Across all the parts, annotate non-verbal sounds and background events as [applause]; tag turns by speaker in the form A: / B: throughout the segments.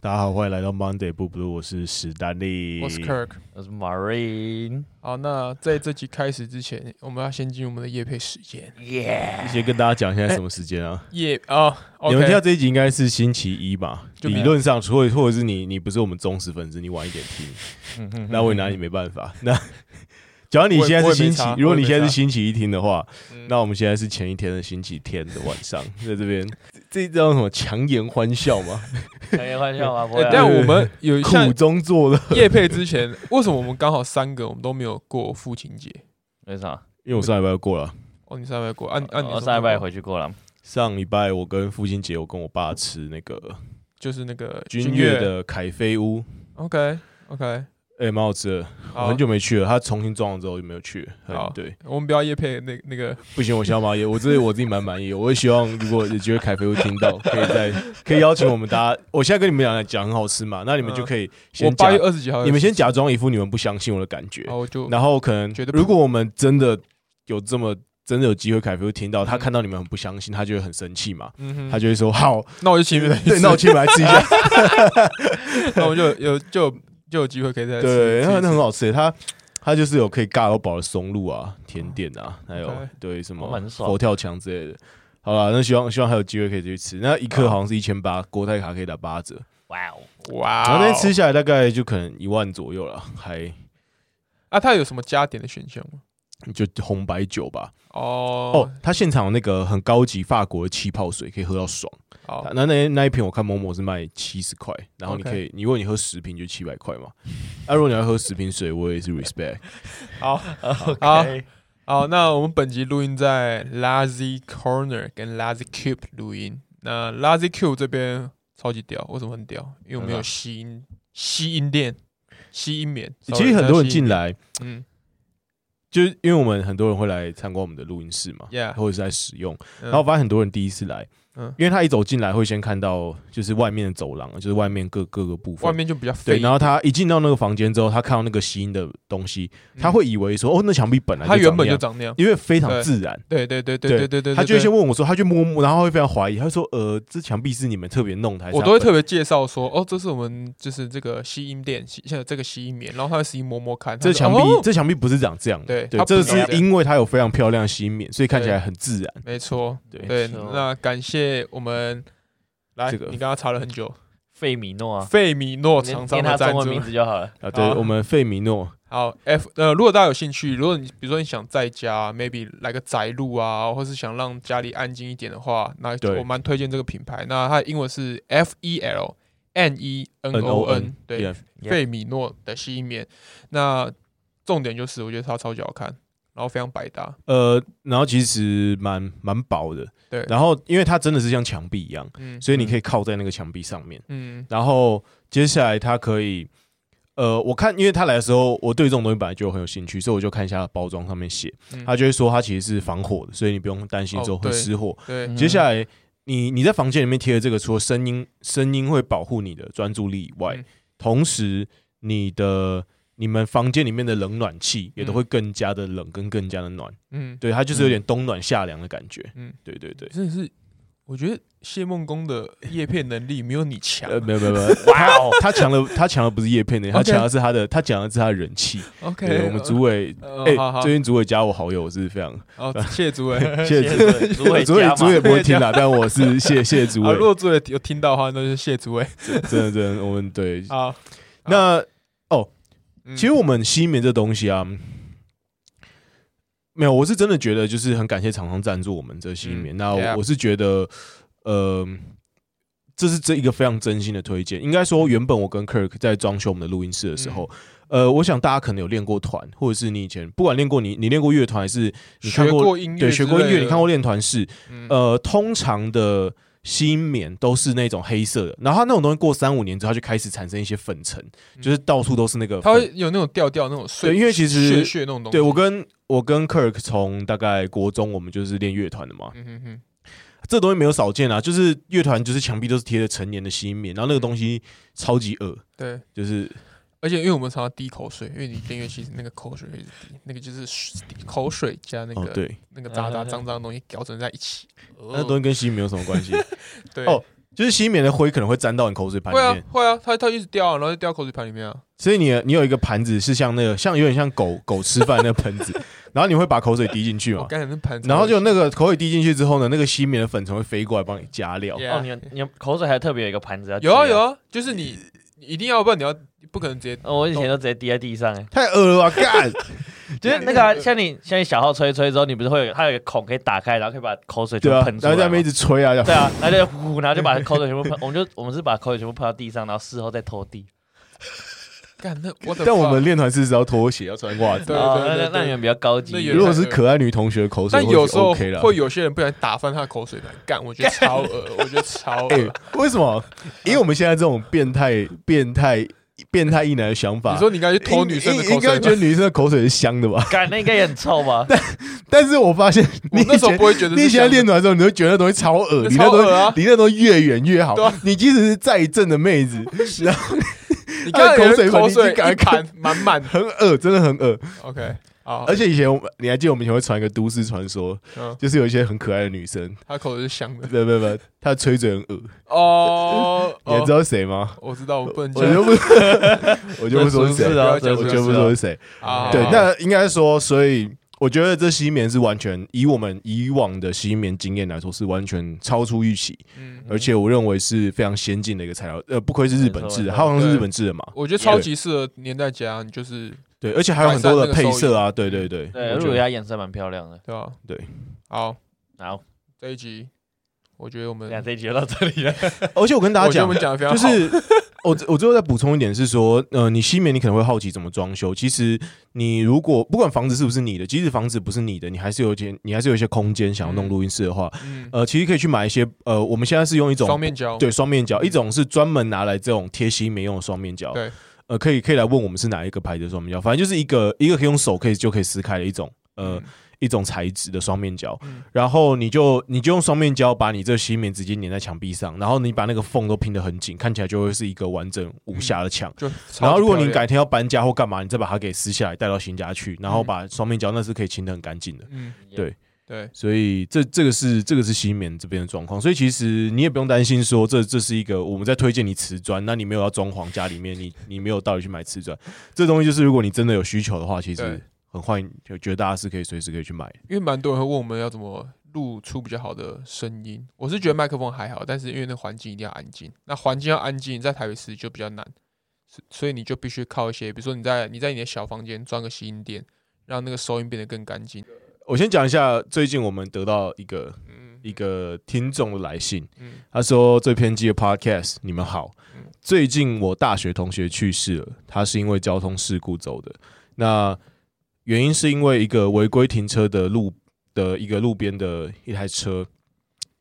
A: 大家好，欢迎来到 Monday 不 blue，我是史丹利，
B: 我是 Kirk。
C: 我是 Marine，
B: 好，那在这集开始之前，我们要先进入我们的夜配时间。
C: [laughs] 耶！
A: 先跟大家讲现在什么时间
B: [laughs]
A: 啊？
B: 夜哦
A: 你们听到
B: ，OK，
A: 这一集应该是星期一吧？
B: 就
A: 理论上，或或者是你你不是我们忠实粉丝，你晚一点听，
B: 嗯
A: 那我也拿你没办法。那 [laughs] 假如你现在是星期
B: 我也我也没差，
A: 如果你现在
B: 我也没
A: 是
B: 差
A: 星期一听的话，
B: 嗯
A: 那我们现在是前一天的星期天的晚上， [laughs] 在这边这这叫什么强颜欢笑吗？
C: 强颜欢笑吗？不会
B: 哎
C: 啊，
B: 但我们有 [laughs] 像
A: 苦中作乐，
B: 夜配之前，为什么我们刚好三个我们都没有过父亲节？
C: 为啥？
A: 因为我上礼拜就过了。
B: 哦，你上礼拜过，按按你
C: 啊
B: 说
C: 我上礼拜回去过了，
A: 上礼拜我跟父亲节，我跟我爸吃那个
B: 就是那个
A: 君悦的凯菲屋，
B: OK OK，
A: 哎、蛮好吃的。我
B: 好
A: 很，久没去了，他重新装了之后我就没有去了。嗯
B: 好，
A: 对，
B: 我们不要夜配那那个
A: 不行，我小马也，我自己我自己蛮满意的。我也希望如果有机会凯菲屋听到，可以再可以邀请我们大家。我现在跟你们讲讲很好吃嘛，那你们就可以
B: 嗯我
A: 先假
B: 八，月二十几号有，
A: 你们先假装一副你们不相信我的感觉，
B: 好，我就
A: 然后可能
B: 觉得不
A: 如果我们真的有这么真的有机会凯菲屋听到，他
B: 嗯
A: 看到你们很不相信，他就会很生气嘛，
B: 嗯
A: 他
B: 哼，
A: 就会说好，
B: 那我就请你们来一
A: [laughs] 对，
B: 次
A: 那我请你们来吃一下。
B: 那我就有有就有就有机会可以再吃
A: 对，
B: 吃一
A: 那
B: 次
A: 那很好吃耶，它它就是有可以尬到饱的松露啊、甜点啊，还有
B: OK
A: 对什么
C: 哦蛮爽
A: 佛跳墙之类的。好了，那希望希望还有机会可以去吃。那一颗好像是一千八，国泰卡可以打八折，
C: 哇哦！
B: 哇哦，
A: 然后那天吃下来大概就可能一万左右了，还
B: 啊，它有什么加点的选项吗？
A: 就红白酒吧。哦
B: 哦，
A: 它现场有那个很高级法国的气泡水，可以喝到爽。
B: 好，
A: 那那那一瓶我看某某是卖七十块，然后你
B: 哦 OK
A: 可以，你如果你喝十瓶就七百块嘛。啊那如果你要喝十瓶水，我也是 respect。
B: 好，好，好，那我们本集录音在 Lazy Corner 跟 Lazy Cube 录音。那 Lazy Cube 这边超级屌，为什么很屌？因为我们有吸音吸音垫、吸音棉。
A: 其实很多人进来，
B: sorry，嗯，
A: 就是因为我们很多人会来参观我们的录音室嘛
B: Yeah 嗯
A: 或者是在使用，
B: 然
A: 然后我发现很多人第一次来，
B: 嗯
A: 因为他一走进来会先看到就是外面的走廊，啊就是外面各各个部分，
B: 外面就比较
A: 对，
B: 废，
A: 然后他一进到那个房间之后，他看到那个吸音的东西，
B: 嗯
A: 他会以为说哦，那墙壁本来
B: 它原本就
A: 就长
B: 长那样
A: 那样。因为非常
B: 对
A: 自然，
B: 对对对
A: 对
B: 对对对，
A: 他就
B: 对
A: 会先问我说，他就摸摸，然后他会非常怀疑，他就说呃，这墙壁是你们特别弄的还是
B: 我
A: 它
B: 都会
A: 本
B: 特别介绍说，哦，这是我们就是这个吸音垫，吸像这个吸音棉，然后他会吸摸摸看，
A: 这
B: 他
A: 墙
B: 说
A: 壁
B: 哦
A: 这墙壁不是长这样的，
B: 对
A: 对，
B: 它
A: 这
B: 不
A: 是
B: 是
A: 因为它有非常漂亮的吸音棉，所以看起来很自然，
B: 没错，
A: 对，
B: 对，
C: 没错
B: 那感谢我们来，
A: 这个
B: 你刚刚查了很久，
C: 费米诺啊，
B: 费米诺
C: 念
B: 厂商
C: 念
B: 的
C: 他
B: 赞
C: 中文
B: 助
C: 名。字就好了。
A: 啊，对
B: 好
A: 我们费米诺，
B: 好，F 呃，如果大家有兴趣，如果你比如说你想在家，maybe 来个宅路啊，或是想让家里安静一点的话，那
A: 对
B: 我蛮推荐这个品牌。那它的英文是 F E L N E N O
A: NON
B: N，对，
C: Yeah
B: 费米诺的吸音棉。那重点就是，我觉得它超级好看，然后非常百搭。
A: 呃，然后其实蛮蛮薄的，
B: 对
A: 然后因为它真的是像墙壁一样，
B: 嗯
A: 所以你可以靠在那个墙壁上面。
B: 嗯
A: 然后接下来它可以，呃，我看，因为他来的时候，我对这种东西本来就很有兴趣，所以我就看一下它包装上面写，
B: 嗯
A: 他就会说它其实是防火的，所以你不用担心
B: 哦
A: 说会
B: 对
A: 失火。
B: 对
C: 嗯
A: 接下来你你在房间里面贴的这个，除了声音声音会保护你的专注力以外，
B: 嗯
A: 同时你的你们房间里面的冷暖气也都会更加的冷跟更加的暖。
B: 嗯，
A: 对，它就是有点冬暖夏凉的感觉。嗯
B: 嗯，
A: 对对对。
B: 真的是，我觉得谢梦工的叶片能力没有你强
A: 呃，。没有没有没有，
C: [laughs] 哇哦！
A: 他抢了他抢的不是叶片的，他
B: OK
A: 抢的是他的，他抢的是他的人气。对，
B: OK，
A: 我们组委，
B: 呃，
A: 哎
B: 好，好
A: 最，近组委加我好友，我是非常
B: 哦，谢谢主
A: [laughs]
B: 委。
A: 谢
C: 谢
A: 谢
C: 谢主委
A: 组委
C: 家嘛
A: 组委不会听啦，但我是谢谢组
B: 啊，
A: 委
B: 如，果主委有听到的话，那就谢主委。
A: 真的真的，我们对。
B: 好，
A: [laughs] 那
B: 嗯
A: 其实我们吸棉这东西啊，没有，我是真的觉得就是很感谢厂商赞助我们这吸棉。
B: 嗯
A: 那我
B: Yeah
A: 我是觉得，呃，这是这一个非常真心的推荐。应该说，原本我跟 Kirk 在装修我们的录音室的时
B: 嗯
A: 候，呃，我想大家可能有练过团，或者是你以前不管练过你你练过乐团，还是你看
B: 学
A: 过
B: 过音乐，
A: 对学过音乐，你看过，练团是
B: 嗯
A: 呃，通常的。吸棉都是那种黑色的，然后它那种东西过三五年之后，它就开始产生一些粉尘，就是到处都是那个
B: 嗯它
A: 粉
B: 会有那种调调，那种碎，
A: 对，因为其实
B: 血血那种东西。
A: 对我跟我跟 Kirk 从大概国中我们就是练乐团的嘛，
B: 嗯哼哼，
A: 这东西没有少见啊，就是乐团就是墙壁都是贴着成年的吸音棉，然后那个东西超级恶，
B: 对。
A: 就是
B: 而且因为我们常常滴口水，因为你订阅其实那个口水会一直滴，那个就是口水加那
A: 哦
B: 个、
A: 对，嗯
B: 那个渣渣脏脏的东西搅整在一起。哦
C: [laughs]
A: 那东西跟吸音没有什么关系
B: 对，
A: 哦。就是吸棉的灰可能会沾到你口水盘
B: 会
A: 里
B: 啊
A: 面，
B: 会啊，它它一直掉啊，然后就掉口水盘里面啊。
A: 所以你的你有一个盘子是像那个像有点像狗狗吃饭那个盆子，然后你会把口水滴进
C: [laughs]
A: 去
B: 我
A: 嘛，
B: 刚哦才那盘子，
A: 啊然后就那个口水滴进去之后呢，那个吸棉的粉尘会飞过来帮你加
C: [laughs]
A: 料。
B: Yeah
C: 哦，你们你们口水还特别有一个盘子要
B: 有啊
C: 接
B: 有啊，就是你你一定要，不然你要不可能直接
C: 哦我以前都直接滴在地上，哎，
A: 太恶了吧！干，
C: [laughs] 就是那个啊像你像你小号吹吹之后，你不是会有它有一个孔可以打开，然后可以把口水
A: 对
C: 全部
A: 啊，
C: 喷出
A: 然后
C: 来
A: 在那
C: 吗
A: 边一。直吹啊，这样
C: 对啊，然后就呼，然后就把口水全部喷，我们就我们是把口水全部喷到地上，然后事后再拖地。
B: 干那我
A: 但我们练团是只要拖鞋，要穿袜子。
B: 对
C: 哦
B: 对
C: 那
B: 对
C: 那那
B: 对
C: 你们比较高
B: 那
C: 级。
B: 有
A: 如果是可爱女同学的口水，
B: 但有时候
A: OK 了。
B: 会有些人不小心打翻他的口水盘，干，我觉得超恶，我觉得超
A: [laughs] 哎、
B: 恶。
A: 为什么？因为我们现在这种变态、变态、变态一男的想法，
B: 你说你应该去偷女生的
A: 应应
B: 口
A: 应该
B: 水
A: 觉
B: 吗
A: 得？女生的口水是香的
B: [laughs]
A: 吧？
C: 干那应该也很臭吧？
A: 但是我发现你
B: 我
A: 以
B: 那时候
A: 前
B: 不会觉得
A: 你以
B: 是
A: 前
B: 香的，
A: 练出来之后，你会觉得那东西超恶，离那
B: 超
A: 东
B: 恶
A: 西
B: 啊！
A: 离那东西越远越好
B: 对啊。
A: 你即使是再正的妹子，
B: 你看
A: 口水盆
B: 人口
A: 你自
B: 水
A: 己赶快
B: 一盘满满的。
A: 很恶，真的很恶。
B: OK，好，
A: 而且以前我们，你还记得我们以前会传一个都市传说，
B: 嗯，
A: 就是有一些很可爱的女生，
B: 他口水是香
A: [laughs]
B: 的。
A: 不不不，她的吹嘴很恶。
B: 哦，
A: 你还知
B: 道？
A: 道是谁吗？
B: 我知道，我不能
A: 我就
B: 讲。
A: 不， [laughs] 我就不说是谁
C: 是
A: 了，
C: 啊，
B: 不要讲
A: 我
B: 出
A: 就
B: 来
A: 不说是谁。
B: 啊，
A: 对
B: 好，好
A: 那应该说，所以我觉得这吸棉是完全以我们以往的吸棉经验来说，是完全超出预期，
B: 嗯，
A: 而且我认为是非常先进的一个材料。呃，不愧是日本制
C: 没
A: 的，它
C: 错
A: 好像是
B: 对
A: 日本制的嘛。
B: 我觉得超级适合年代家，你就是
A: 对，而且还有很多的配色啊，对对对，
C: 对，
A: 我
C: 露
A: 觉
C: 维
A: 得
C: 亚颜色蛮漂亮的。
B: 对吧？
A: 对。
B: 好，
C: 然后，
B: 这一集我觉得我们，
C: 那这一集就到这里了。
A: 而且我跟大
B: 我
A: 家
B: 觉得我
A: 讲
B: 们，讲的非常
A: 就
B: 好。
A: 是 [laughs] 我最我最后再补充一点是说，呃，你吸棉你可能会好奇怎么装修。其实你如果不管房子是不是你的，即使房子不是你的，你还是有一些你还是有一些空间想要弄录音室的话，
B: 嗯，
A: 呃，其实可以去买一些呃，我们现在是用一种
B: 双面胶，
A: 对，双面胶，一种是专门拿来这种贴吸棉用的双面胶，
B: 对，
A: 呃，可以可以来问我们是哪一个牌子的双面胶，反正就是一个一个可以用手可以就可以撕开的一种，呃，
B: 嗯，
A: 一种材质的双面胶，
B: 嗯
A: 然后你就你就用双面胶把你这吸棉直接粘在墙壁上，然后你把那个缝都拼得很紧，看起来就会是一个完整无瑕的墙。
B: 就
A: 然后，如果
B: 嗯超级
A: 你
B: 漂亮，
A: 改天要搬家或干嘛，你再把它给撕下来带到新家去，然后
B: 嗯
A: 把双面胶那是可以清得很干净的。
B: 嗯，
A: 对
B: 对，
A: 所以这这个是这个是西棉这边的状况，所以其实你也不用担心说这这是一个我们在推荐你瓷砖，那你没有要装潢家里面，你你没有道理去买瓷砖，这东西就是如果你真的有需求的话，其
B: 对
A: 实很欢迎，就觉得大家是可以随时可以去买的。
B: 因为蛮多人会问我们要怎么录出比较好的声音。我是觉得麦克风还好，但是因为那环境一定要安静，那环境要安静，在台北市就比较难，所所以你就必须靠一些，比如说你在你在你的小房间装个吸音垫，让那个收音变得更干净。
A: 我先讲一下最近我们得到一个
B: 嗯
A: 一个听众的来信，
B: 嗯
A: 他说最偏激的 podcast，你们好
B: 嗯。
A: 最近我大学同学去世了，他是因为交通事故走的。那原因是因为一个违规停车的路的一个路边的一台车，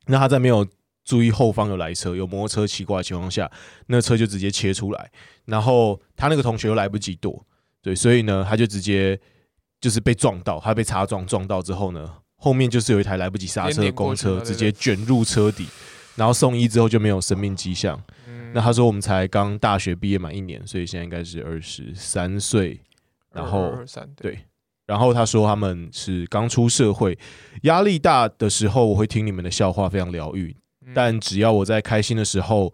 A: 那他在没有注意后方有来车，有摩托车骑过来的情况下，那车就直接切出来，然后他那个同学又来不及躲，对，所以呢，他就直接就是被撞到，他被擦撞撞到之后呢，后面就是有一台来不及刹车的公车直
B: 直嗯接碾过去了
A: 接
B: 对
A: 卷入车底，然后送医之后就没有生命迹象。
B: 嗯
A: 那他说我们才刚大学毕业满一年，所以现在应该是二十三岁。然后
B: 二三对，
A: 对，然后他说他们是刚出社会，压力大的时候，我会听你们的笑话，非常疗愈。
B: 嗯
A: 但只要我在开心的时候，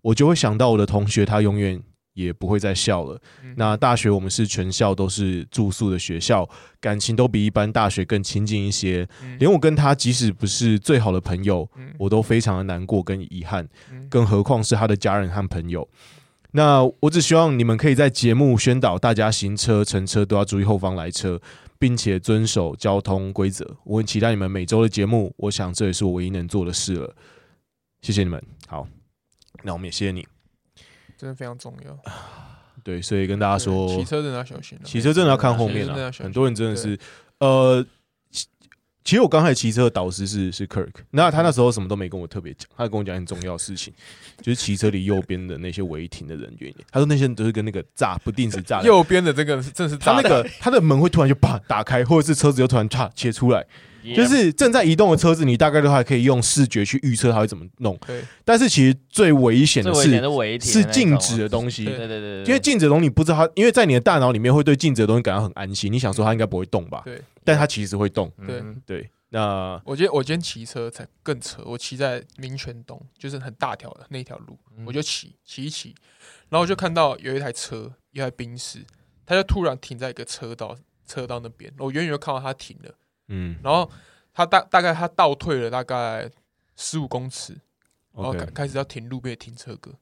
A: 我就会想到我的同学，他永远也不会再笑了。
B: 嗯
A: 那大学我们是全校都是住宿的学校，感情都比一般大学更亲近一些。
B: 嗯
A: 连我跟他即使不是最好的朋友，
B: 嗯
A: 我都非常的难过跟遗憾。
B: 嗯
A: 更何况是他的家人和朋友。那我只希望你们可以在节目宣导大家行车、乘车都要注意后方来车，并且遵守交通规则。我很期待你们每周的节目，我想这也是我唯一能做的事了。谢谢你们，好，那我们也谢谢你。
B: 真的非常重要。
A: 对，所以跟大家说，
B: 对骑车真的要小心啊，
A: 骑车真的要看后
B: 骑车
A: 面
B: 真的
A: 啊
B: 要，小心
A: 很多人真的是，呃，其其实我刚才骑车的导师是是 Kirk，那他那时候什么都没跟我特别讲，他跟我讲很重要的事情，就是骑车离右边的那些违停的人员，他说那些人都是跟那个炸不定时炸弹，
B: 右边的这个是真的是
A: 他那
B: 炸弹
A: 个他的门会突然就啪打开，或者是车子就突然啪切出来，就是正在移动的车子，你大概都还可以用视觉去预测它会怎么弄，
B: 对
A: 但是其实最危险
C: 最
A: 的
C: 危险
A: 是
C: 的违停
A: 是禁止
C: 的
A: 的东西，
C: 那种啊。对对对对，
A: 因为静止的东西你不知道它，因为在你的大脑里面会对静止的东西感到很安心，你想说它应该不会动吧？
B: 对，
A: 但它其实会动。
C: 嗯
B: 对
C: 嗯
A: 对，那
B: 我今天我今天骑车才更扯，我骑在民权东，就是很大条的那一条路，
A: 嗯
B: 我就骑骑一骑，然后我就看到有一台车，一台宾士，它就突然停在一个车道车道那边，我远远就看到它停了，
A: 嗯
B: 然后它大大概它倒退了大概十五公尺，然后
A: ，OK，
B: 开开始要停路边的停车格。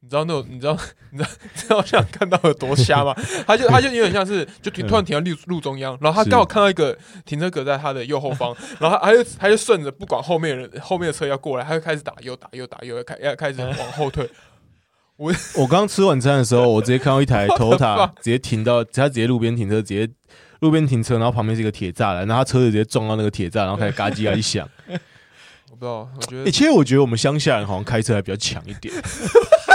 B: 你知道那种，你知道， [laughs] 你知道，你知道我想看到有多
A: [laughs]
B: 瞎吗？他就他就有点像是，就
A: 嗯
B: 停突然停到路路中央，然后他
A: 是
B: 刚好看到一个停车格在他的右后
A: [laughs]
B: 方，然后他他就他就顺着不管后面的人后面的车要过来，他就开始打右打右打右，开要开始
A: 嗯
B: 往后退，
A: 我刚吃晚餐的时候，我直接看到一 [laughs] 台
B: What the
A: Toyota
B: fuck？
A: 直接停到，他直接路边停车，直接路边停车，然后旁边是一个铁栅栏，然后他车子直接撞到那个铁栅，然 [laughs] 后开始嘎叽嘎叽响。
B: 我不知道，我觉
A: 欸 [laughs]
B: 得
A: 其实我觉得我们乡下人好像开车还比较强一点。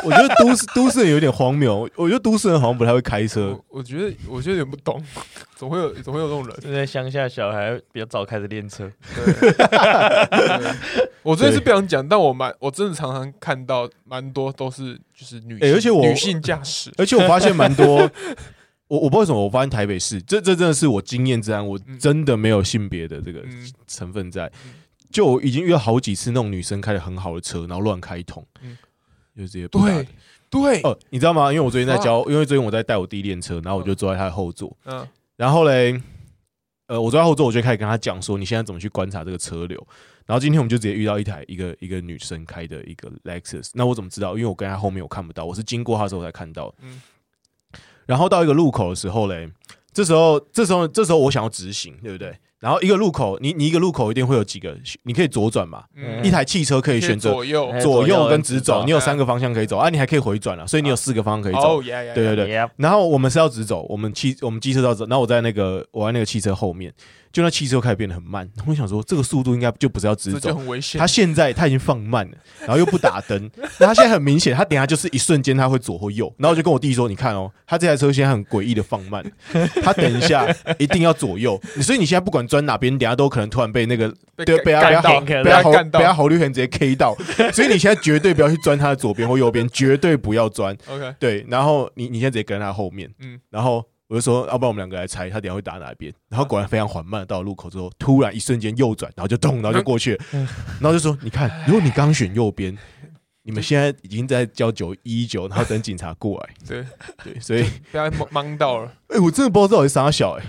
A: 我觉得都市都市人有点荒谬，我觉得都市人好像不太会开车。
B: 我我觉得我觉得有点不懂，总会有总会有这种人。
C: 现在乡下小孩比较早开始练车，
B: 对对我真的是不想讲，但我蛮我真的常常看到蛮多都是就是女性，
A: 欸而且我
B: 女性驾驶，
A: 而且我发现蛮多， [laughs] 我我不知道为什么，我发现台北市这这真的是我经验之谈，我
B: 嗯
A: 真的没有性别的这个
B: 嗯
A: 成分在
B: 嗯。
A: 就我已经遇到好几次那种女生开的很好的车，然后乱开一通
B: 嗯，
A: 就直接不打
B: 对对，
A: 哦，你知道吗？因为我最近在教，因为最近我在带我弟练车，然后我就坐在他的后座，
B: 嗯
A: 然后嘞，呃，我坐在后座，我就开始跟他讲说，你现在怎么去观察这个车流。然后今天我们就直接遇到一台一个一个女生开的一个 Lexus，那我怎么知道？因为我跟她后面我看不到，我是经过她的时候才看到。
B: 嗯
A: 然后到一个路口的时候嘞，这时候这时候这时候我想要直行，对不对？然后一个路口，你你一个路口一定会有几个，你可以左转嘛，
B: 嗯
A: 一台汽车可以选择
B: 左右
C: 哎，
A: 左右跟直
C: 左
A: 走，
C: 右跟
A: 你有三个方向可以走啊，你还可以回转啊，所以你有四个方向可以走。
B: 哦呀呀，
A: 对对对，
C: Yep，
A: 然后我们是要直走，我们汽我们机车到走，然后我在那个我在那个汽车后面，就那汽车开始变得很慢。我想说，这个速度应该就不是要直
B: 这就
A: 走，
B: 很危险。
A: 他现在他已经放慢了，然后又不打
B: [laughs]
A: 灯，那他现在很明显，他等一下就是一瞬间他会左或右。然后我就跟我弟说，你看哦，他这台车现在很诡异的放慢，
B: [laughs]
A: 他等一下一定要左右，所以你现在不管钻哪边，等一下都可能突然被那个对被他被他
B: 干到
A: 吼
C: 被
A: 被他
B: 他
A: 吼
B: 干到
A: 被他红绿灯直接 K 到，所以你现在绝对不要去钻他的左边或右边，绝对不要钻。
B: OK，
A: 对，然后你你现在直接跟在他后面，嗯
B: 嗯，
A: 然后我就说，啊要不然我们两个来猜，他等一下会打哪一边？然后果然非常缓慢，到了路口之后，突然一瞬间右转，然后就咚，
B: 嗯
A: 然后就过去了，然后就说，你看，如果你刚选右边，你们现在已经在叫九一九，然后等警察过来，
B: 对，
A: 对，所以，
B: 被他蒙蒙到了。
A: 哎、我真的不知道到底是啥小、欸，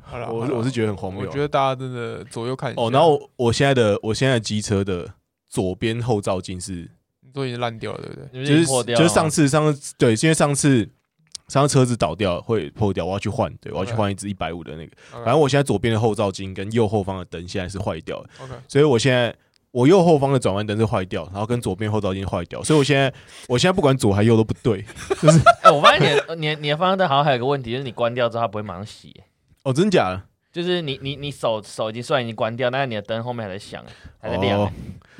B: 好
A: 哎，
B: 了，
A: 我
B: 好
A: 是
B: 啦
A: 我是觉得很荒
B: 我
A: 谬啊、
B: 觉得大家真的左右看一下。
A: 哦，然后我现在的我现在的机车的左边后照镜是
B: 你都已经烂掉了，对不对？
C: 就
A: 就是
C: 破掉啊了，
A: 就是上次上次对，因为上次上次车子倒掉会破掉，我要去换，对我要去
B: OK
A: 换一只一百五的那个。
B: OK，
A: 反正我现在左边的后照镜跟右后方的灯现在是坏掉的，
B: OK，
A: 所以我现在我右后方的转弯灯是坏掉，然后跟左边后照镜坏掉，所以我现在我现在不管左还右都不对。
C: 哎，我发现你的你的你的方向灯好像还有个问题，就是你关掉之后它不会马上熄，
A: 哦，真假的？
C: 就是你你你手手机虽然已经关掉，但是你的灯后面还在响，还在亮。
A: 哦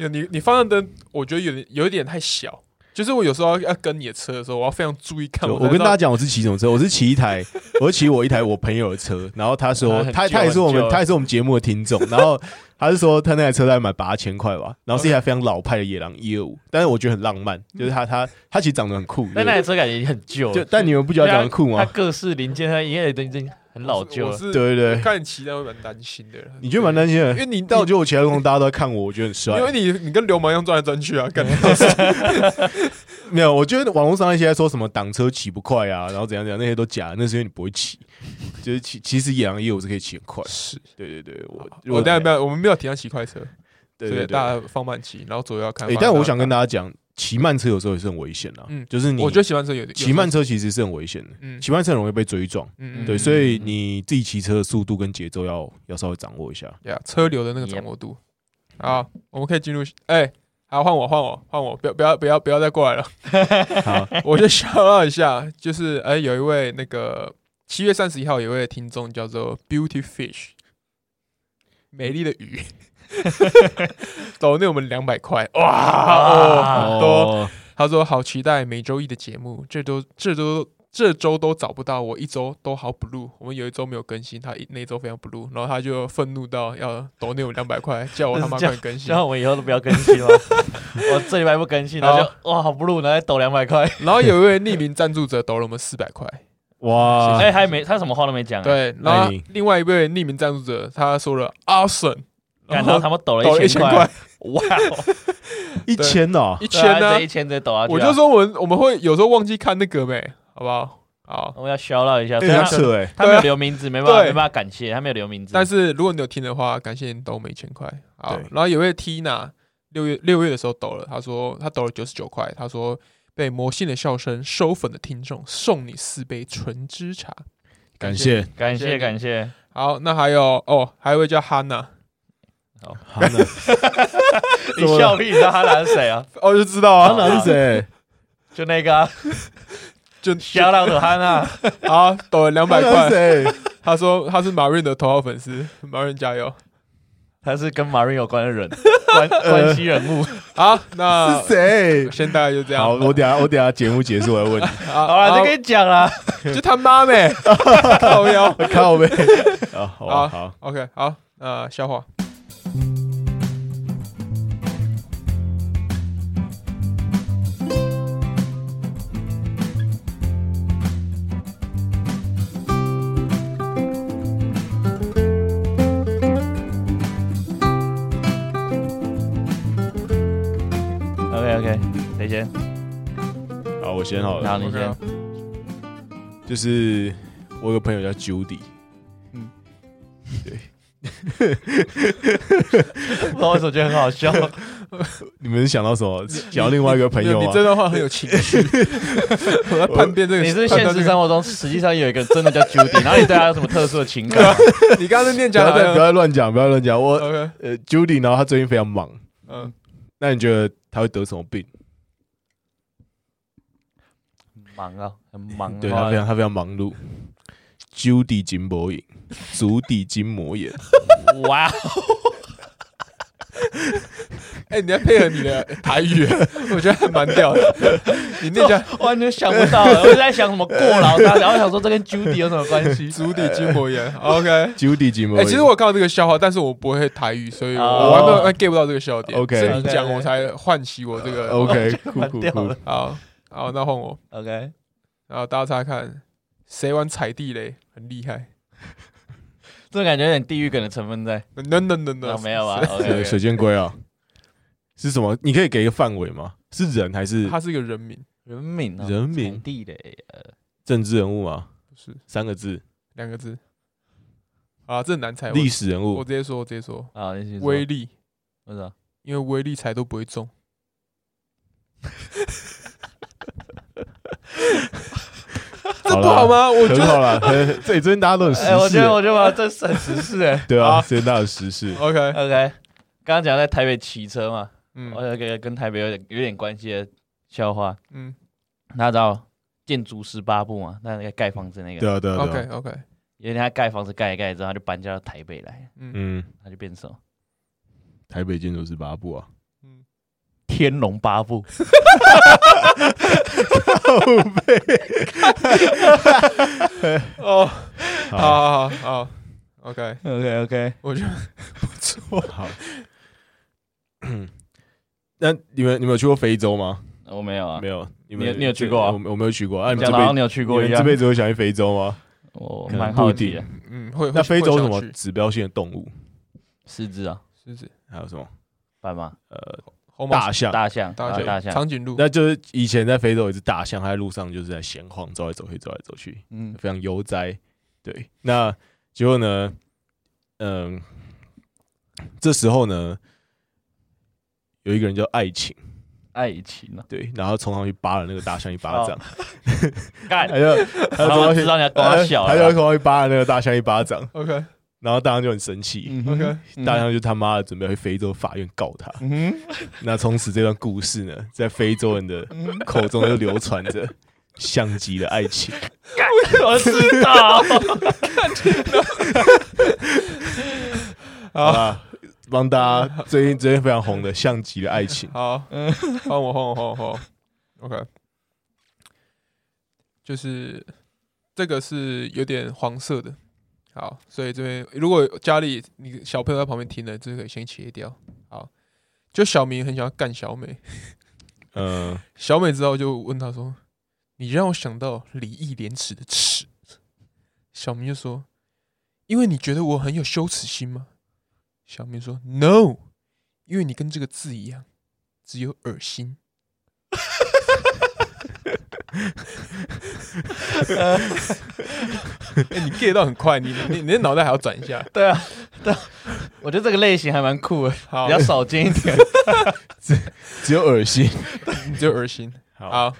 B: 你你你方向灯，我觉得有点有一点太小。就是我有时候要跟你的车的时候，我要非常注意看。
A: 就
B: 才
A: 我跟
B: 知
A: 大
B: 道
A: 家讲，我是骑什么车？我是骑一
B: [laughs]
A: 台，我是骑我一台我朋友的车，然后他说
C: 啊很
A: 他
C: 旧
A: 他也是我
C: 很
A: 们
C: 旧
A: 他也是我们节目的听众，然后他是说他那台车大概买八千块吧，然后是一台非常老派的野狼一二五，但是我觉得很浪漫，
B: 嗯
A: 就是他他他其实长得很酷，
C: 但那台车感觉已经很旧
A: 对
C: 了，
A: 就但你们不觉得他长得酷
C: 它
B: 啊
A: 吗？
C: 各式零件它应该都已经很老旧
B: 我
C: 了。
B: 是
A: 对对对，
B: 看你骑的会蛮担心的。
A: 你觉得蛮担心的
B: 因，为你
A: 但
B: 到
A: 我觉得我骑在路上大家都在看我，我觉得很帅
B: 因。为你你跟流氓一样转来转去啊，感觉
A: 没有，我觉得网络上那些在说什么挡车骑不快啊，然后怎样怎样，那些都假的，那是因为你不会骑。就是骑，其实野狼也我是可以骑很快。
B: 是。
A: 对对对， [laughs] 我
B: 哦我等下没有，我们没有提到骑快车，
A: 对
B: 所
A: 对
B: 以
A: 对。哎、
B: 大家放慢骑，然后左右要看。
A: 欸但我想跟大家讲，骑慢车有时候也是很危险的、
B: 嗯
A: 就是你，
B: 我觉得骑慢车有点
A: 骑慢，车其实是很危险的，
B: 嗯
A: 骑慢车很容易被追撞。
B: 嗯嗯
A: 对，
B: 嗯
A: 所以你自己骑车的速度跟节奏要要稍微掌握一下。
B: 呀，车流的那个掌握度。好，我们可以进入。哎，好，换我，换我，换我，不要，不要，不要，不要再过来了。
A: 好，
B: [laughs] 我就想到一下，就是哎，有一位那个七月三十一号有一位听众叫做 Beauty Fish，美丽的鱼， [laughs] 抖那我们两百块，哇，哦，很多。
A: 哦，
B: 他说：“好期待每周一的节目，这周这周这周都找不到，我一周都好 blue。我们有一周没有更新，他一那一周非常 blue，然后他就愤怒到要抖那我两百
C: [laughs]
B: 块，叫我他妈
C: 这
B: 快
C: 样
B: 点更新
C: 希。望我们以后都不要更新了。我这礼拜不更新，然后就哇好不录，然后再抖两百块。
B: 然后有一位匿名赞助者抖了我们四百
C: [laughs]
B: 块，
A: 哇，
C: 哎，还没他什么话都没讲。，
B: 对。然后
A: 你
B: 啊另外一位匿名赞助者他说了 awesome，
C: 干然后他们抖
B: 抖
C: 了
B: 了一千
C: 一千
B: 块
C: [laughs] 块，，哇哦，
A: 一千哦，
B: 一
C: 对啊
B: 千呢
C: 这一？千直接抖下去啊。
B: 我就说我们我们会有时候忘记看那个呗，好不好？好，
C: 我们要 shout out 一下，虽
A: 很
C: 然
A: 扯哎，
C: 他没有留名字，没办法，
B: 对
C: 没办法感谢，他没有留名字。
B: 但是如果你有听的话，感谢你抖我们一千块。好
A: 对，
B: 然后有位 Tina 六月六月的时候抖了，他说他抖了九十九块，他说被魔性的笑声收粉的听众送你四杯纯芝茶，
A: 感谢。
C: 感
B: 谢
C: 谢
B: 你
C: 感谢，
B: 好，那还有哦，还有一位叫 Hanna，
A: 哈娜，
C: [laughs] 你笑屁，你知道他男是谁啊？
B: 哦，就知道
A: 哈
B: 啊，
A: 娜是谁？
C: 就那个啊
B: 就
C: shout out 的汉娜，
B: 啊，抖了两 [laughs] 百
A: [laughs] 哈娜是
B: 块。
A: 谁？
B: [laughs] 他说他是马润的头号粉丝，马润加油！
C: 他是跟 Marine 有关的人，关关系人物。
B: 好，那
A: 是谁？
B: 先大概啊就这样。
A: 好，我等下我等下节目结束来问你，
B: 好
C: 好了，就跟你讲啦。
B: 就他妈
A: [laughs]
B: 呗，靠腰。
A: 靠呗。啊，好啊
B: 好
A: 好，
B: OK，好，呃，笑话。
C: OK OK，谁先？
A: 好，我先好了。
C: 好，你
B: OK
C: 先
B: 啊。
A: 就是我有个朋友叫 Judy，
C: 不知道为什么觉得很好笑，
A: 你们想到什么？想到另外一个朋友啊
B: 没
A: 吗
B: 有你？这段话很有情
A: [laughs]
B: 绪。我在叛变这个，
C: [laughs] 你是
B: 判
C: 现
B: 断这
C: 实
B: 个
C: 生活中实际上有一个真的叫 Judy，然后你对他有什么特殊的情
A: [laughs]
C: 感？
B: [laughs] 你刚刚在念
A: 不
B: 讲
A: 要
B: 好
A: 再不
B: 像
A: 要乱讲，不要乱讲。我
B: OK，
A: 呃 Judy，然后她最近非常忙，
B: 嗯，
A: 那你觉得她会得什么病？
C: 忙啊，很忙啊。
A: 对她非常她非常忙碌。Judy 筋膜炎，足底筋膜炎， [laughs]
C: 哇，哦
B: 哎，你要配合你的台语，我觉得还蛮屌的。
A: [laughs]
B: 你念讲
C: 完全想不到，我就在想什么过劳他，然后想说这跟 Judy 有什么关系？
B: 足底筋
A: [laughs]
B: 膜炎，OK。
A: Judy 筋膜
B: 哎，
A: 炎。
B: 其实我看到这个笑话，但是我不会台语，所以
C: 哦
B: 我还没有 get 不到这个笑点。
A: OK
B: 所以你讲
C: OK，OK
B: 我才唤起我这个。
A: OK，酷
B: [laughs]
C: 完
A: 酷
C: 掉
A: 酷
C: 了。
B: 好，好，那换我。
C: OK，
B: 然后大家猜猜看，谁玩踩地雷很厉害？
C: 这感觉有点地狱梗的成分在，
B: 能能能
C: 那
B: 能，
C: 没有啊
A: 对，水
C: ？OK，
A: 箭龟啊，是什么？你可以给一个范围吗？是人还是
B: 他是一个人名，
C: 人民啊，
A: 人名
C: 地雷，呃
A: 政治人物吗？
B: 不是
A: 三个字，
B: 两个字。啊，这很难猜。我
A: 历史人
B: 我
A: 物，
B: 直接说，我直接说，
C: 啊，你先说
B: 威，力，
C: 我知道，
B: 因为威力踩都不会中。 [laughs] 这
A: 好
B: 不
A: 啦
B: 好吗？我觉
A: 很
B: 得
A: 好啦，很这里最近大家都很
C: 哎，我
A: 时事
C: 觉得
A: 欸，
C: 我就把这省时事哎
A: [laughs] 对啊，
B: 啊
A: 最近大家有时事，
B: OK，
C: ，OK，刚刚讲在台北骑车嘛，我
B: 嗯
C: 有一个跟台北有点有点关系的笑话，
B: 嗯
C: 大家知道建筑十八部嘛，那那个盖房子那
A: 对
C: 个，
A: 啊，对啊，对啊
B: ，OK OK，
C: 有一天他盖房子盖一盖之后，他就搬家到台北来，
B: 嗯
A: 嗯，
C: 他就变成什么
A: 台北建筑十八部啊，
B: 嗯，
C: 天龙八部，
A: [laughs]
B: 哦，好
A: 好，
B: 好好好，OK，
C: OK OK，
B: 我觉得
A: 好。 [coughs] 那你们你们有去过非洲吗？
C: 我没有啊，
A: 没有，你
C: 你有
A: 们
C: 你有去过啊
A: 我我没有去过。那你们
C: 讲
A: 这
C: 的
A: 辈
C: 好像你有去过
A: 你们
C: 一
A: 这
C: 样，
A: 辈子会想去非洲吗？
C: 我
A: 可能
C: 蛮
A: 不
C: 好
A: 一
C: 奇
A: 定
C: 啊的，
B: 嗯会。
A: 那非洲有什么
B: 是
A: 指标性的动物？
C: 狮子啊，
B: 是指
A: 还有什么？
C: 斑马、
A: 呃，
B: 红毛
A: 大象。
C: 大象、
B: 大
C: 啊
B: 象
C: 大象，
B: 长颈鹿。
A: 那就是以前在非洲有一只大象，它在路上就是在闲晃，走来走去，走来走去，
C: 嗯，
A: 非常悠哉。对，那结果呢？嗯，这时候呢，有一个人叫爱情，
C: 爱情啊，
A: 对，然后冲上去扒了那个大象一巴掌，
C: 干
A: 他，就哎他就
C: 哦他
A: 冲上
C: 们
A: 去
C: 知道你要
A: 他
C: 搞
A: 就
C: 小啊
A: 他就
C: 了
A: 冲
C: 啦，
A: 上去扒了那个大象一巴掌，
B: OK
A: 然后大象就很生气，
C: 嗯哼
B: OK，
C: 嗯
A: 大象就他妈的准备去非洲法院告他。
C: 嗯
A: 那从此这段故事呢，在非洲人的
C: 哼，
A: 口中就流传
C: [laughs]
A: 着像极了爱情。
C: 我知道，哦
A: 好吧，帮大家最近最近非常红的像极了爱情。
B: 好，
C: 嗯
B: 换我，换我，换我，换我。OK，就是这个是有点黄色的。好，所以这边如果家里你小朋友在旁边听的，这个可以先切掉。好，就小明很想要干小美，
A: 嗯、
B: 小美之后就问他说：“你让我想到礼义廉耻的耻。”小明就说：“因为你觉得我很有羞耻心吗？”小明说 “No”，因为你跟这个字一样，只有恶心。 [laughs] 哎你 get 到很快，你你你的脑袋还要转一下。
C: [laughs] 对啊，对啊，我觉得这个类型还蛮酷的，
B: 好
C: 比，较少见一点。
A: 只有恶心。
B: 你只有恶心。
A: 好
B: 好，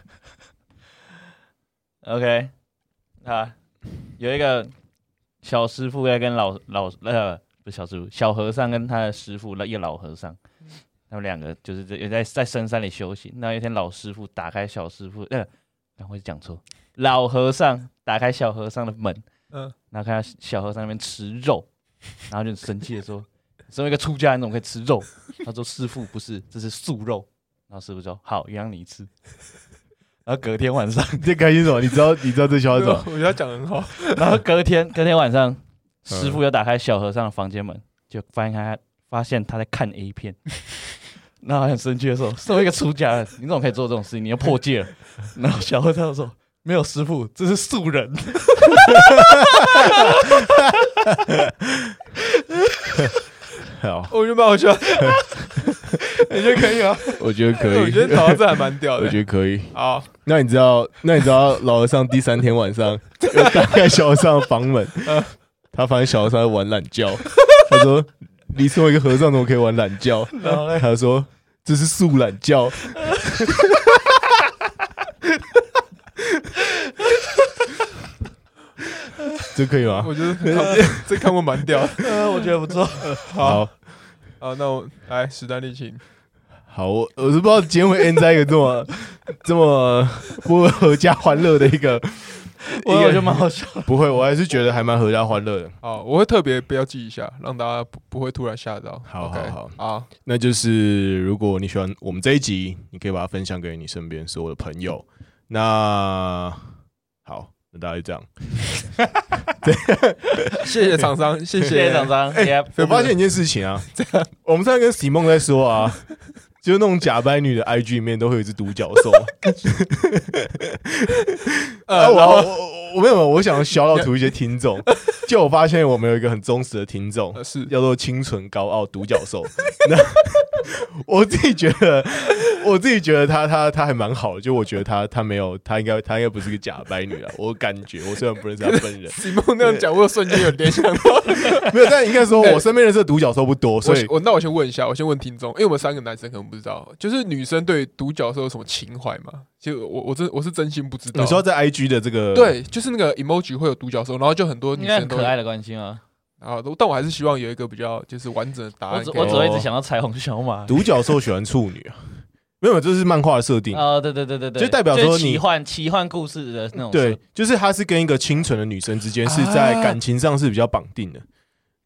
C: OK，啊，有一个小师傅在跟老老呃不是小师傅，小和尚跟他的师傅，那一个老和尚，他们两个就是在也在在深山里修行。那有一天，老师傅打开小师傅，呃，刚会讲错，老和尚打开小和尚的门，
B: 嗯，
C: 然后看到小和尚在那边吃肉，然后就很生气的说：“你身为一个出家人，怎么可以吃肉？”他说：“师傅不是，这是素肉。”然后师傅说：“好，让你吃。”然后隔天晚上，
A: [laughs] 你在开心什么？你知道你知道这笑
B: 我
A: 话是什么？
B: 我觉得他讲得很好。
C: [laughs] 然后隔天隔天晚上，师傅又打开小和尚的房间门，就发现他发现他在看 A 片。 [laughs] 然后很生气的说：“身为一个出家人，你怎么可以做这种事情？你要破戒了。” [laughs] 然后小和尚说：“没有师傅，这是素人。” [laughs]
A: 好，
B: 哦我觉得蛮好笑， [laughs] 你觉得可以吗？
A: 我觉得可以，
B: 我觉得找到这还蛮屌
A: 我
B: 的。
A: 觉得可以。
B: 好，
A: 那你知道，那你知道老和尚第三天晚 [laughs] 上又打开小和尚的房门，他发现小和尚在玩懒觉，他说：“你身为一个和尚，怎么可以玩懒觉？”
B: 然后嘞，
A: 他说：“这是素懒 [laughs] 觉。这可以吗
B: 我觉得很好这看过蛮屌的。
C: [laughs] 呃，我觉得不错。
B: 好，
A: 好
B: [laughs] 好，那我来史丹利，请。
A: 好，我我是不知道结尾 end 在一个这么 [laughs] 这么不合家欢乐的一个，
C: 我
A: 一个
C: 我觉得蛮好 [laughs] 笑。
A: 不会，我还是觉得还蛮合家欢乐的。
B: 好，我会特别标记一下，让大家不不会突然吓到。
A: 好
B: OK，
A: 好
B: 好，
A: 那就是如果你喜欢我们这一集，你可以把它分享给你身边所有的朋友。那好，那大家就这样。
B: 谢谢厂商，谢
C: 谢哎谢厂商，耶！
A: 我发现一件事情啊，我们上次跟喜梦在说啊， [laughs] 就是那种假掰女的 IG 里面都会有一只独角兽。啊，
B: 呃，
C: 啊
A: 我
B: 然后
A: 我我我没有，我想小老图一些听众，就我发现我们有一个很忠实的听众，
B: 呃是，
A: 叫做清纯高傲独角兽。 [laughs] 那我自己觉得，我自己觉得他他他还蛮好的，就我觉得他他没有，他应该他应该不是个假掰女啊。我感觉，我虽然不认识他本人
B: 席梦那样讲，我有瞬间有联想到。
A: 没有，但应该说我身边认识的独角兽不多，所以
B: 我我那我先问一下，我先问听众，因为我们三个男生可能不知道，就是女生对独角兽有什么情怀吗？其实我我我真我是真心不知道。
A: 你说在 IG 的这个
B: 对，就是那个 emoji 会有独角兽，然后就很多
C: 应
B: 女
C: 该
B: 生
C: 很
B: 都
C: 可爱的关心啊。
B: 啊，都但我还是希望有一个比较就是完整的答
C: 我
B: 案
C: 只
B: 啊给。
C: 我只会一直
A: 哦
C: 想到彩虹小马。
A: 独角兽喜欢处女啊，没有，没有这是漫画的设定。
C: 哦，对对对对对，
A: 就代表
C: 是
A: 说你
C: 奇幻奇幻故事的那种。
A: 对，，就是他是跟一个清纯的女生之间是在
B: 啊
A: 感情上是比较绑定的。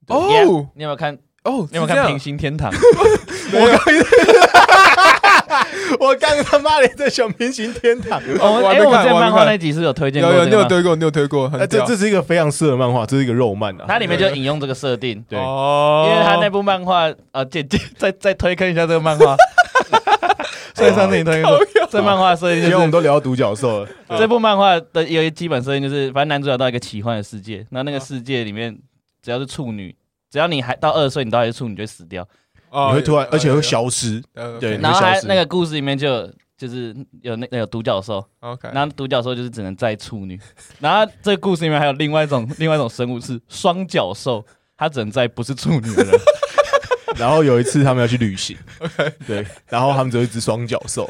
B: 哦
C: 你有没有看？
B: 哦，
C: 你有
B: 是
C: 没有
B: 这
C: 看《
B: 样
C: 平行天堂》？
A: 我刚他妈的在想平行天堂，
C: [laughs] 我们
B: 我还
C: 哎，
B: 没
C: 我们
B: 看
C: 在
B: 我还没
C: 漫画
B: 看
C: 那集是有推荐
B: 有
C: 过
B: 有，
C: 这
B: 你
C: 个
B: 有
C: 吗，
B: 推过，你有推过，
A: [laughs] 哎，
B: 很
A: 这
B: 屌。
A: 这是一个非常适合漫画，这是一个肉漫啊。
C: 它里面就引用这个设定，
A: 对，
B: 哦
C: 因为它那部漫画呃，姐姐再再推坑一下这个漫 [laughs] 画， [laughs] 所以上次你推坑过这漫画设定
A: 因为
C: 就
A: 我们
C: 是。
A: 都聊到独角兽了，
C: 这部漫画的有一基本设定就是，反正男主角到一个奇幻的世界，那那个世界里面只要是处女，只要你还到二十岁，你都还是处女就会死掉。
B: 哦
A: 你会突然
B: 有，
A: 而且
B: 有
A: 会消失。
B: 有
A: 对
C: 然后
A: 你会消
C: 他
A: 失
C: 那个故事里面就有就是有那有独角兽，
B: ，OK，
C: 然后独角兽就是只能载处女，然后这个故事里面还有另外一种另外一种生物是双角兽，它只能载不是处女的人。
A: 然后有一次他们要去旅行，对，然后他们只有一只双角
C: [laughs]
A: 兽，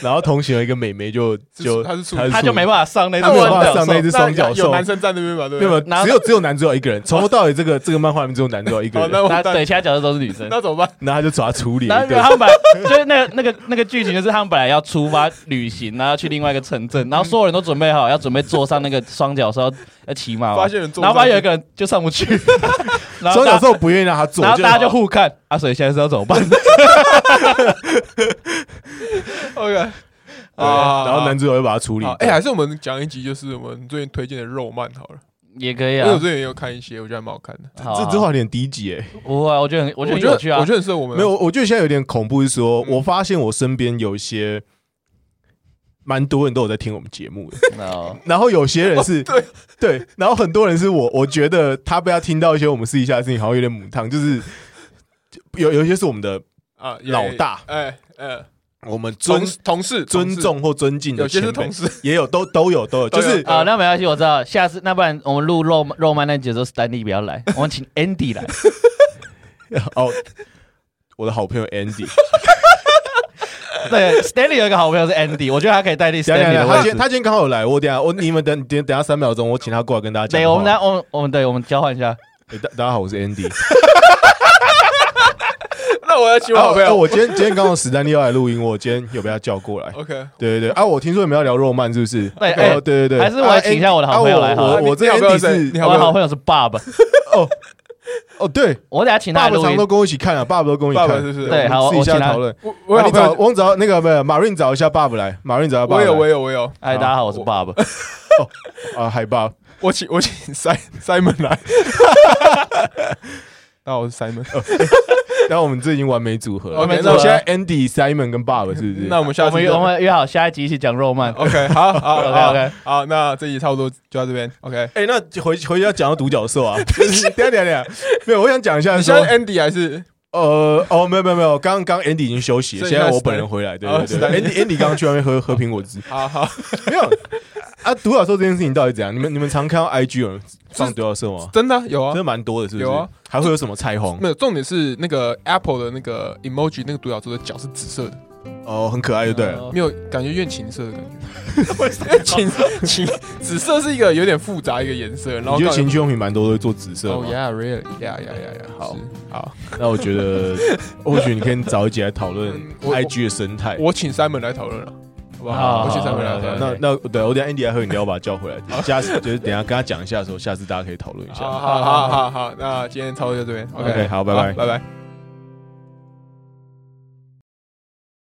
A: 然后同行有一个美眉就就
B: 她是处女
A: 她
C: 他就
A: 处女
C: 没办法上那只
A: 他没有
C: 双
A: 办法
C: 角
A: 上那
C: 兽
A: 只。双角
B: 有
A: 兽
B: 男生在那边吧？对
A: 没有，没
B: 不
A: 有
B: 对？
C: 然后
A: 只有只有男主角一个人，从头到尾这
C: [laughs]
A: 个这个漫画里面只有男主角一个
B: 好，
A: 人，
B: 那我
C: 他
B: 们
C: 对，其他角色都是女生。
B: 那怎么办？
A: 那他就找他处理一
C: 然后
A: 顿
C: 他。们本来就是那个那个那个剧情，就是他们本来要出发旅行，然后去另外一个城镇，然后所有人都准备好要准备坐上那个双角兽要骑马嘛，
B: 发现人坐不
C: 然后发现有
B: 上
C: 一
B: 去
C: 个人就上不去， [laughs] 然
A: [laughs]
C: 后
A: 双
C: 大
A: 角
C: 家
A: 兽不愿意让他做，
C: 然后大家就
A: 好
C: 互看，啊，所以现在是要怎么办？
B: OK 啊
A: 对
C: 哦
A: 然后男主角会把他处理
B: 好，
A: 掉。
B: 哎，还是我们讲一集，就是我们最近推荐的肉漫好了，
C: 也可以
B: 因为我
C: 啊，
B: 最近也有看一些，我觉得还蛮好看的。
C: 好
A: 这
C: 啊
A: 这话有点低级哎、
C: 不会啊，我觉得很我
B: 我
C: 觉得
B: 觉
C: 很
B: 得
C: 有趣啊，
B: 我觉得很适合我们。
A: 没有，，我觉得现在有点恐怖，是说、
B: 嗯
A: 我发现我身边有一些蛮多人都有在听我们节目的，
C: 哦
A: 然后有些人是、
B: 对
A: 对，然后很多人是我，我觉得他被他听到一些我们私底下的事情，好像有点母汤，就是有有一些是我们的
B: 啊，有
A: 老，大，
B: 哎哎，
A: 我们尊
B: 同同事
A: 尊，重或尊敬
B: 同事有
A: 的
B: 些
A: 前
B: 是
A: 辈
B: 同，事， [laughs]
A: 也有都都有都有，
B: 都
A: 就
B: 有
A: 是
C: 好，啊那没关系，我知道。下次那不然我们录肉肉漫那节的时候，史丹利不要来，我们请 Andy 来。
A: 哦，我的好朋友
B: [laughs]
A: Andy，
C: [laughs] 对，Stanley 有一个好朋友是 Andy，我觉得他可以代替
A: 等一下等
C: Stanley
A: 一
C: 的
A: 下他
C: 位
A: 今天
C: 置。
A: 他今天刚好有来，我等一下我你们等等等一下三秒钟，我请他过来跟大家讲话。
C: 对，我们来，我们我们对，我们交换一下。
A: 哎大大家好，我是
B: [laughs]
A: Andy。
B: 那我要请我
A: 啊
B: 好朋
A: 啊
B: 友
A: 我今天今天刚好史丹利要来录音，我今天有被他叫过来。
B: ，OK，
A: 对对对，啊，我听说你们要聊肉漫是不是？
C: 对哎
A: 哦对对对，
C: 还是我来
A: 啊
C: 请一下我的好朋友
A: 啊
C: 来好
A: 我
C: 了
A: 我我这
B: 你好朋友
A: Andy
B: 谁
A: 是
B: 你
C: 我的好
B: 好
C: 朋友是 Bob，
A: 哦哦
C: [laughs]
A: 对，
C: 我等下请他
A: 爸
C: 来
A: 爸
C: 录
A: 常
C: 音
A: 都。跟我一起看啊，爸爸都跟我一起
B: 爸爸
A: 看，
B: 是不是
C: 对好
A: 我们私
C: 我
A: 下
C: 请他
A: 讨论。
B: 我我有
A: 啊
B: 好
A: 你
B: 朋
A: 找，
B: 友，
A: 我找那个没有马润找一下爸爸来，马润找一下爸爸
B: 我
A: 来。
B: 有我
A: 有
B: 有我有，
C: 哎，大家好，我是
B: 我
C: Bob。
A: 啊，海报
B: 我请我请 Simon Simon 来，大家好，我是 Simon，
A: 然后我们这已经完美组合了。
B: OK，
A: 那我
C: 那
A: 现在 Andy、Simon 跟爸爸是不是？
B: 那我们下
C: 我
B: 次
C: 们
B: 再
C: 约我们约好下一集一起讲肉漫。
A: 哦
B: OK，好好
C: OK
B: 好
C: OK，
B: 好，那这集差不多就到这边 OK。
A: 哎，那回回要讲到独角兽啊，就是 [laughs] 等一下等一下，等一下没有，我想讲一下
B: 你
A: 说
B: 现，在 Andy 还是
A: 呃，哦，没有没有没有，刚刚 Andy 已经休息了，
B: 所以
A: 现在
B: 现在
A: 我
B: 是
A: 本人回来，对
B: 哦
A: 对
B: 是
A: 对，Andy Andy 刚刚去外面喝喝苹果
B: [laughs]
A: 汁，
B: 好好
A: 没有啊？独角兽这件事情到底怎样？你们你们常看到 IG 有人放独角兽吗？
B: 真的啊有啊
A: 真的，蛮多的，是不是？
B: 有啊
A: 还会有什么彩虹？
B: 没有重点是那个 Apple 的那个 emoji 那个独角兽的脚是紫色的，
A: 哦，很可爱，对不对了？
B: 没有感觉怨情色的感觉，
A: [laughs]
B: 因为情情紫色是一个有点复杂一个颜色，然后
A: 我觉得
B: 感
A: 情趣用品蛮多都会做紫色
B: 哦
A: 嘛。
B: yeah really yeah yeah yeah yeah
A: 好
B: 是好，
A: 那我觉得，
B: [laughs]
A: 或许你可以早一集来讨论
B: 嗯我
A: IG 的生态。啊
B: 我请 Simon 来讨论了，好不好？
C: 好
B: 我请 Simon 来讨
C: 好
B: 论。
A: 那那对我等一下 Andy 来喝饮料，把他叫回来。下次就是等一下跟他讲一下的时候，下次大家可以讨论一下。
B: 好好好好好，那今天操作就这边
A: OK，好拜拜
B: 拜拜。